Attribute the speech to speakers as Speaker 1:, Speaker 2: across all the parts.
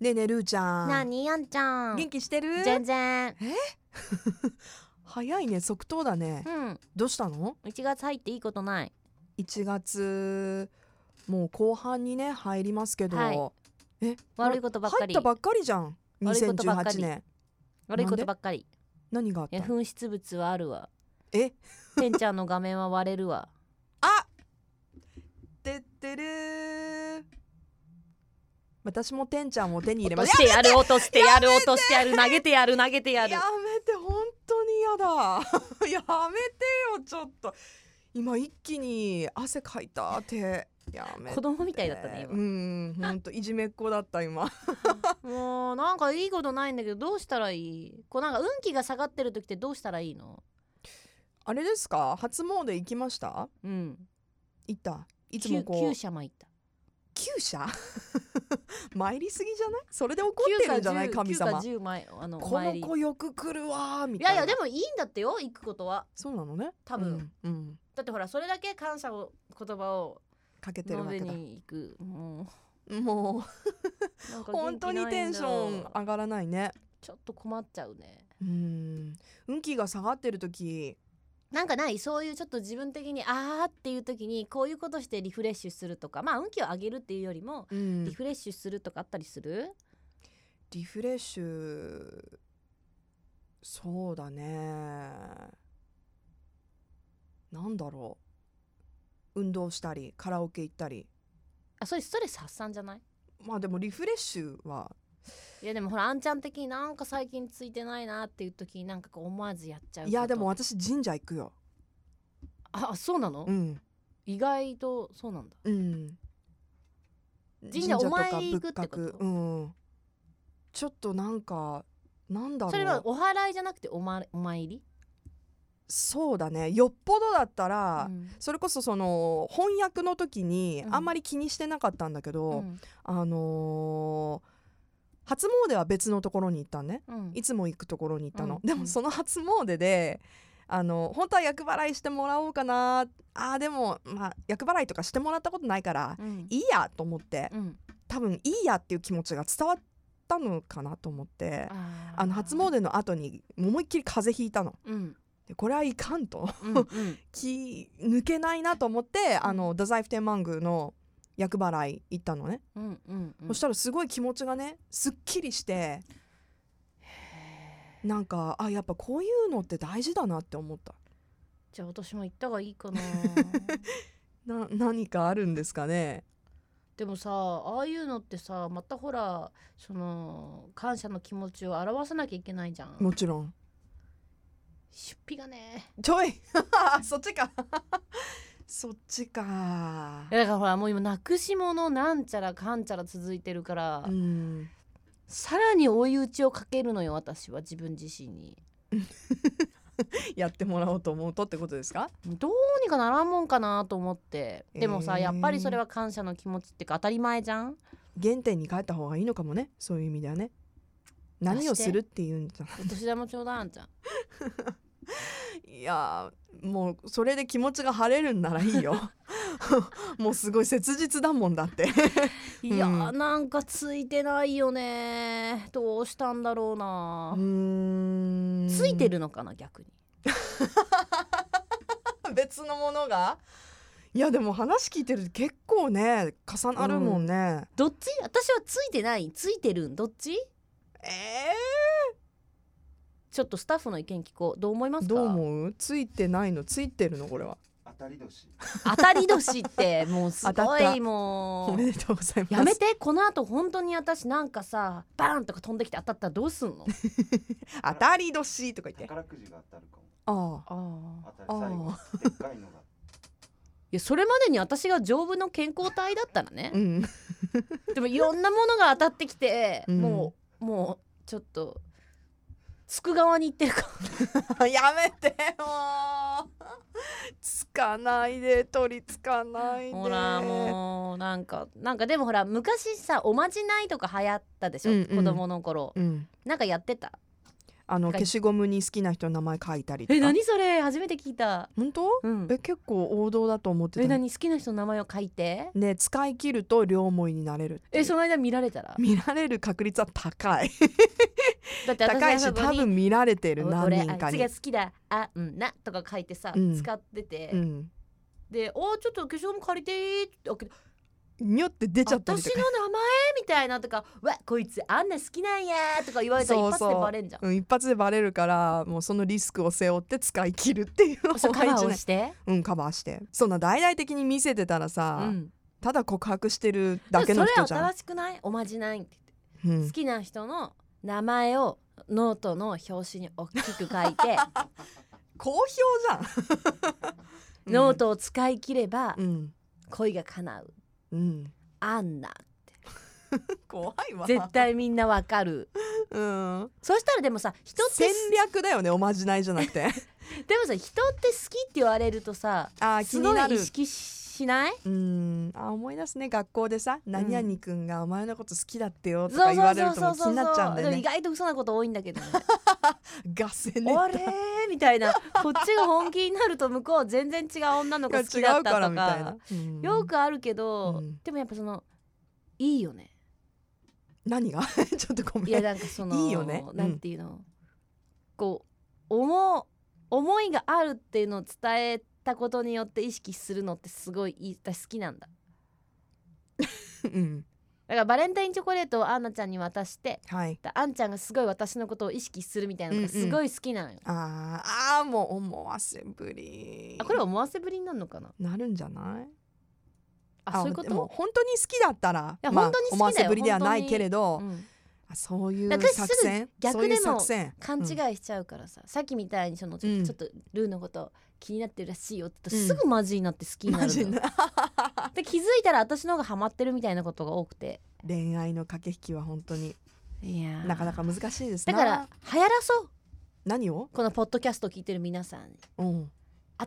Speaker 1: ねえねえるーちゃん
Speaker 2: なにやんちゃん
Speaker 1: 元気してる
Speaker 2: 全然
Speaker 1: 早いね即答だね
Speaker 2: うん
Speaker 1: どうしたの
Speaker 2: 1月入っていいことない
Speaker 1: 1月もう後半にね入りますけど、
Speaker 2: はい
Speaker 1: え
Speaker 2: 悪いことばっか
Speaker 1: 入
Speaker 2: り
Speaker 1: ったばっかりじゃん
Speaker 2: 悪いことばっかり
Speaker 1: 2018年
Speaker 2: 悪いことばっかり
Speaker 1: 何があっ
Speaker 2: いや
Speaker 1: た
Speaker 2: 紛失物はあるわ
Speaker 1: え
Speaker 2: てんちゃんの画面は割れるわ
Speaker 1: あてってるー私もてんちゃんを手に入れま
Speaker 2: 落と
Speaker 1: し
Speaker 2: したてやる落としてやる落としてやる投げてやる投げてや
Speaker 1: や
Speaker 2: る
Speaker 1: やめて本当に嫌だ やめてよちょっと今一気に汗かいた手やめて
Speaker 2: 子供みたいだったね
Speaker 1: う
Speaker 2: 今
Speaker 1: ん本当いじめっ子だった今
Speaker 2: もうなんかいいことないんだけどどうしたらいいこうなんか運気が下がってる時ってどうしたらいいの
Speaker 1: あれですか初詣行きました
Speaker 2: うん
Speaker 1: 行ったいつも
Speaker 2: 旧
Speaker 1: こう
Speaker 2: 旧社前行った
Speaker 1: 旧社 参りすぎじゃないそれで怒ってるんじゃない神様
Speaker 2: 9か10前あの
Speaker 1: この
Speaker 2: 参り
Speaker 1: 子よく来るわーみ
Speaker 2: い
Speaker 1: たい
Speaker 2: や
Speaker 1: ない
Speaker 2: やでもいいんだってよ行くことは
Speaker 1: そうなのね
Speaker 2: 多分、
Speaker 1: うんうん
Speaker 2: だってほらそれだけ感謝を言葉を
Speaker 1: かけてる
Speaker 2: 述
Speaker 1: わ
Speaker 2: べ
Speaker 1: けだ
Speaker 2: に行くも
Speaker 1: もう
Speaker 2: うなんか元気ないん
Speaker 1: 本
Speaker 2: だ
Speaker 1: 当にテンション上がらないね
Speaker 2: ちょっと困っちゃうね
Speaker 1: うん運気が下がってる時
Speaker 2: なんかないそういうちょっと自分的にあーっていう時にこういうことしてリフレッシュするとかまあ運気を上げるっていうよりも
Speaker 1: うん
Speaker 2: リフレッシュするとかあったりする、
Speaker 1: リフレッシュそうだねなんだろう運動したりカラオケ行ったり
Speaker 2: あそれストレス発散じゃない
Speaker 1: まあでもリフレッシュはい
Speaker 2: やでもほらあんちゃん的になんか最近ついてないなっていう時になんかこう思わずやっちゃうい
Speaker 1: いやでも私神社行くよ
Speaker 2: あそうなの、
Speaker 1: うん
Speaker 2: 意外とそうなんだ
Speaker 1: うん
Speaker 2: 神社お参り行くってこと
Speaker 1: 仏閣うんちょっとなんかなんだろう
Speaker 2: それはお祓いじゃなくてお,、ま、お参り、
Speaker 1: そうだねよっぽどだったら、
Speaker 2: うん
Speaker 1: それこそその翻訳の時に
Speaker 2: うん
Speaker 1: あんまり気にしてなかったんだけど、
Speaker 2: うん
Speaker 1: あのー初詣は別のところに行ったね
Speaker 2: うん
Speaker 1: いつも行くところに行ったの、
Speaker 2: うん
Speaker 1: で
Speaker 2: う
Speaker 1: も
Speaker 2: ん
Speaker 1: その初詣であの本当は厄払いしてもらおうかなあーでもまあ厄払いとかしてもらったことないから
Speaker 2: うん
Speaker 1: いいやと思って
Speaker 2: うん
Speaker 1: 多分いいやっていう気持ちが伝わったのかなと思って
Speaker 2: あー
Speaker 1: あの初詣の後に思いっきり風邪ひいたの
Speaker 2: うん
Speaker 1: でこれはいかんと
Speaker 2: うんうん
Speaker 1: 気抜けないなと思ってあの太宰府天満宮の厄払い行ったのね
Speaker 2: うんうんうん
Speaker 1: そしたらすごい気持ちがねすっきりしてなんかあやっぱこういうのって大事だなって思った
Speaker 2: じゃあ私も行った方がいいか な
Speaker 1: な何かあるんですかね
Speaker 2: でもさああいうのってさまたほらその感謝の気持ちを表さなきゃいけないじゃん
Speaker 1: もちろん
Speaker 2: 出費がね
Speaker 1: ちょい そっちか そっちか
Speaker 2: いやだからほらもう今なくし物なんちゃらかんちゃら続いてるから、
Speaker 1: うん
Speaker 2: さらに追い打ちをかけるのよ私は自分自身に
Speaker 1: やってもらおうと思うとってことですか
Speaker 2: どうにかならんもんかなと思ってでもさ、
Speaker 1: えー
Speaker 2: やっぱりそれは感謝の気持ちっていうか当たり前じゃん
Speaker 1: 原点に帰った方がいいのかもねそういう意味ではね何を
Speaker 2: 出して
Speaker 1: するっていうんじゃ
Speaker 2: お年玉ちょうだいあんちゃん
Speaker 1: いやーもうそれで気持ちが晴れるんならいいよ もうすごい切実だもんだって
Speaker 2: いやー、
Speaker 1: う
Speaker 2: なんかついてないよねどうしたんだろうな、つ
Speaker 1: つ
Speaker 2: いてるのかな逆に
Speaker 1: 別のものがいやでも話聞いてると結構ね重なるもんね、
Speaker 2: どっち私はついてないついてるんどっち
Speaker 1: え
Speaker 2: ちょっとスタッフの意見聞こうどう思いま
Speaker 1: ー
Speaker 2: すか
Speaker 1: どう思うついてないのついてるのこれは
Speaker 3: 当たり年
Speaker 2: 当たり年ってもうす
Speaker 1: 当
Speaker 2: ご
Speaker 1: たった
Speaker 2: いも
Speaker 1: おめで
Speaker 2: う
Speaker 1: とうございます
Speaker 2: やめてこの後本当に私なんかさバーンとか飛んできて当たったらどうすんの
Speaker 1: 当たり年とか言って
Speaker 3: 宝くじが当たるかも
Speaker 1: ああ
Speaker 2: ああ
Speaker 3: 当たり最後
Speaker 1: あ
Speaker 3: でっかいの
Speaker 2: い
Speaker 3: が
Speaker 2: やそれまでに私が丈夫の健康体だったらね
Speaker 1: うん
Speaker 2: でもいろんなものが当たってきて、
Speaker 1: うん
Speaker 2: もうもうちょっとつく側に行ってるか
Speaker 1: やめてもうつかないで取りつかないで
Speaker 2: もほらもうなんかなんかでもほら昔さおまじないとか流行ったでしょ、
Speaker 1: うんうん
Speaker 2: 子供の頃
Speaker 1: う、うん、
Speaker 2: なんかやってた
Speaker 1: あの
Speaker 2: なんか
Speaker 1: 消しゴムに好きな人の名前書いたりとか
Speaker 2: え何それ初めて聞いた
Speaker 1: 本当
Speaker 2: うん
Speaker 1: え結構王道だと思って
Speaker 2: え
Speaker 1: た
Speaker 2: 何好きな人の名前を書いて
Speaker 1: ね使い切ると両思いになれるっていう
Speaker 2: えその間見られたら
Speaker 1: 見られる確率は高い
Speaker 2: だって
Speaker 1: 高い
Speaker 2: 私
Speaker 1: し
Speaker 2: の
Speaker 1: 多
Speaker 2: 過去に
Speaker 1: 分見られてる何
Speaker 2: 俺
Speaker 1: 人
Speaker 2: あ
Speaker 1: か
Speaker 2: いつ
Speaker 1: に
Speaker 2: が好きだあうんなとか書いてさ、
Speaker 1: うん
Speaker 2: 使ってて、
Speaker 1: うん
Speaker 2: で「おーちょっと化粧も借りていい?」って開けて
Speaker 1: にょって出ちゃったり
Speaker 2: 私
Speaker 1: と
Speaker 2: の
Speaker 1: か
Speaker 2: 名前みたいなとか「わこいつあんな好きなんや」とか言われたら
Speaker 1: そう
Speaker 2: 一発
Speaker 1: そう
Speaker 2: でバレんじゃん。
Speaker 1: うん、一発でバレるからもうそのリスクを背負って使い切るっていうの
Speaker 2: そ
Speaker 1: を
Speaker 2: うカバーを
Speaker 1: ない
Speaker 2: して、
Speaker 1: うん、カバーしてそんな大々的に見せてたら
Speaker 2: う
Speaker 1: さ、
Speaker 2: ん、
Speaker 1: ただ告白してるだけ
Speaker 2: でも
Speaker 1: の人
Speaker 2: そ
Speaker 1: じ
Speaker 2: れ
Speaker 1: ゃん
Speaker 2: 新しくないおまじないって
Speaker 1: う
Speaker 2: 言っ
Speaker 1: ん
Speaker 2: て、好、きな人の名前をノートの表紙に大きく書いて
Speaker 1: 好評じゃん、 うん
Speaker 2: ノー、トを使い切れば
Speaker 1: うん
Speaker 2: 恋が叶う
Speaker 1: うん、
Speaker 2: アンナ
Speaker 1: 怖いわ
Speaker 2: 絶、対みんなわかる
Speaker 1: うん、
Speaker 2: そしたらでもさ人って
Speaker 1: 戦略だよねおまじないじゃな くて
Speaker 2: でもさ人って好きって言われるとさ
Speaker 1: あー気
Speaker 2: す
Speaker 1: に
Speaker 2: ご
Speaker 1: なる
Speaker 2: い意識しない
Speaker 1: うんあ思い出すね学校でさ「何々くんがお前のこと好きだってよ」と
Speaker 2: そ
Speaker 1: か
Speaker 2: う
Speaker 1: 言
Speaker 2: そ
Speaker 1: わ
Speaker 2: う
Speaker 1: れる
Speaker 2: そう
Speaker 1: とも
Speaker 2: そう
Speaker 1: う気になっちゃうんだ
Speaker 2: そう
Speaker 1: よ
Speaker 2: でも
Speaker 1: ね
Speaker 2: 意外と嘘なこと多いんだけ どね
Speaker 1: ガセネタ
Speaker 2: あれーみたいなこっちが本気になると向こうは全然違う女の子好き
Speaker 1: が違
Speaker 2: だっ
Speaker 1: うから
Speaker 2: たと
Speaker 1: みたい
Speaker 2: か
Speaker 1: な、うん
Speaker 2: よくあるけど、
Speaker 1: うん
Speaker 2: でもやっぱそのいい よね
Speaker 1: 何が ちょっとご
Speaker 2: い
Speaker 1: め
Speaker 2: や
Speaker 1: ん
Speaker 2: なんかその
Speaker 1: いいよねうん
Speaker 2: なんていうの、こう思う思いがあるっていうのを伝えたことによって意識するのってすごいいい私好きなんだ
Speaker 1: うん
Speaker 2: だからバレンタインチョコレートをアンナちゃんに渡して
Speaker 1: はい
Speaker 2: だアンちゃんがすごい私のことを意識するみたいなのがすごい好きなのよ、
Speaker 1: あーあーもう思わせぶり
Speaker 2: あこれ思わせぶりになるのかな
Speaker 1: なるんじゃない
Speaker 2: あそういうこ
Speaker 1: でも
Speaker 2: と、
Speaker 1: 本当に好きだったら
Speaker 2: いや
Speaker 1: まあ
Speaker 2: 本当に好きだよ
Speaker 1: 思わせぶりではないけれど、
Speaker 2: うん
Speaker 1: あそういう
Speaker 2: 私すぐ
Speaker 1: 作戦
Speaker 2: 逆
Speaker 1: そういう
Speaker 2: でも
Speaker 1: 作戦
Speaker 2: 勘
Speaker 1: うん
Speaker 2: 違いしちゃうからさ、さっきみたいにそのちょ,、
Speaker 1: うん
Speaker 2: ちょっとルーのこと気になってるらしいよって言
Speaker 1: うん
Speaker 2: ったらすぐマジになって好きにな
Speaker 1: マ
Speaker 2: るのよ
Speaker 1: ジな
Speaker 2: で気づいたら私の方がハマってるみたいなことが多くて
Speaker 1: 恋愛の駆け引きは本当に
Speaker 2: いやー
Speaker 1: なかなか難しいです
Speaker 2: だ
Speaker 1: な
Speaker 2: から流行らそう
Speaker 1: 何を
Speaker 2: このポッドキャストを聞いてる皆さんに
Speaker 1: うん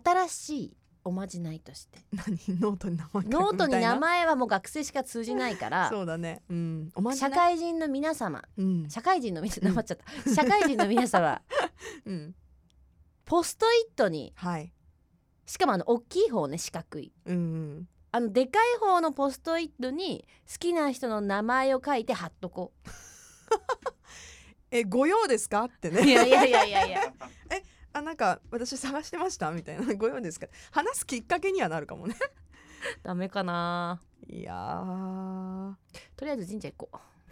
Speaker 2: 新しいおまじないとして
Speaker 1: 何 ノートに名前書くみたいな
Speaker 2: ノートに名前はもう学生しか通じないか ら
Speaker 1: そうだねうんおまじな
Speaker 2: 社
Speaker 1: い
Speaker 2: 会人の皆様
Speaker 1: うん
Speaker 2: 社会人の皆
Speaker 1: うん
Speaker 2: 様黙っちゃった 社会人の皆様
Speaker 1: うん
Speaker 2: ポストイットに
Speaker 1: はい
Speaker 2: しかもあの大きい方ね四角い
Speaker 1: うん
Speaker 2: あのでかい方のポストイットに好きな人の名前を書いて貼っとこ
Speaker 1: えご用ですかって
Speaker 2: う
Speaker 1: ね
Speaker 2: いやいやいやいやいや
Speaker 1: あなんか私探してましたみたいな ご用ですか話すきっかけにはなるかもね
Speaker 2: ダメかない
Speaker 1: やー
Speaker 2: とりあえず神社行こう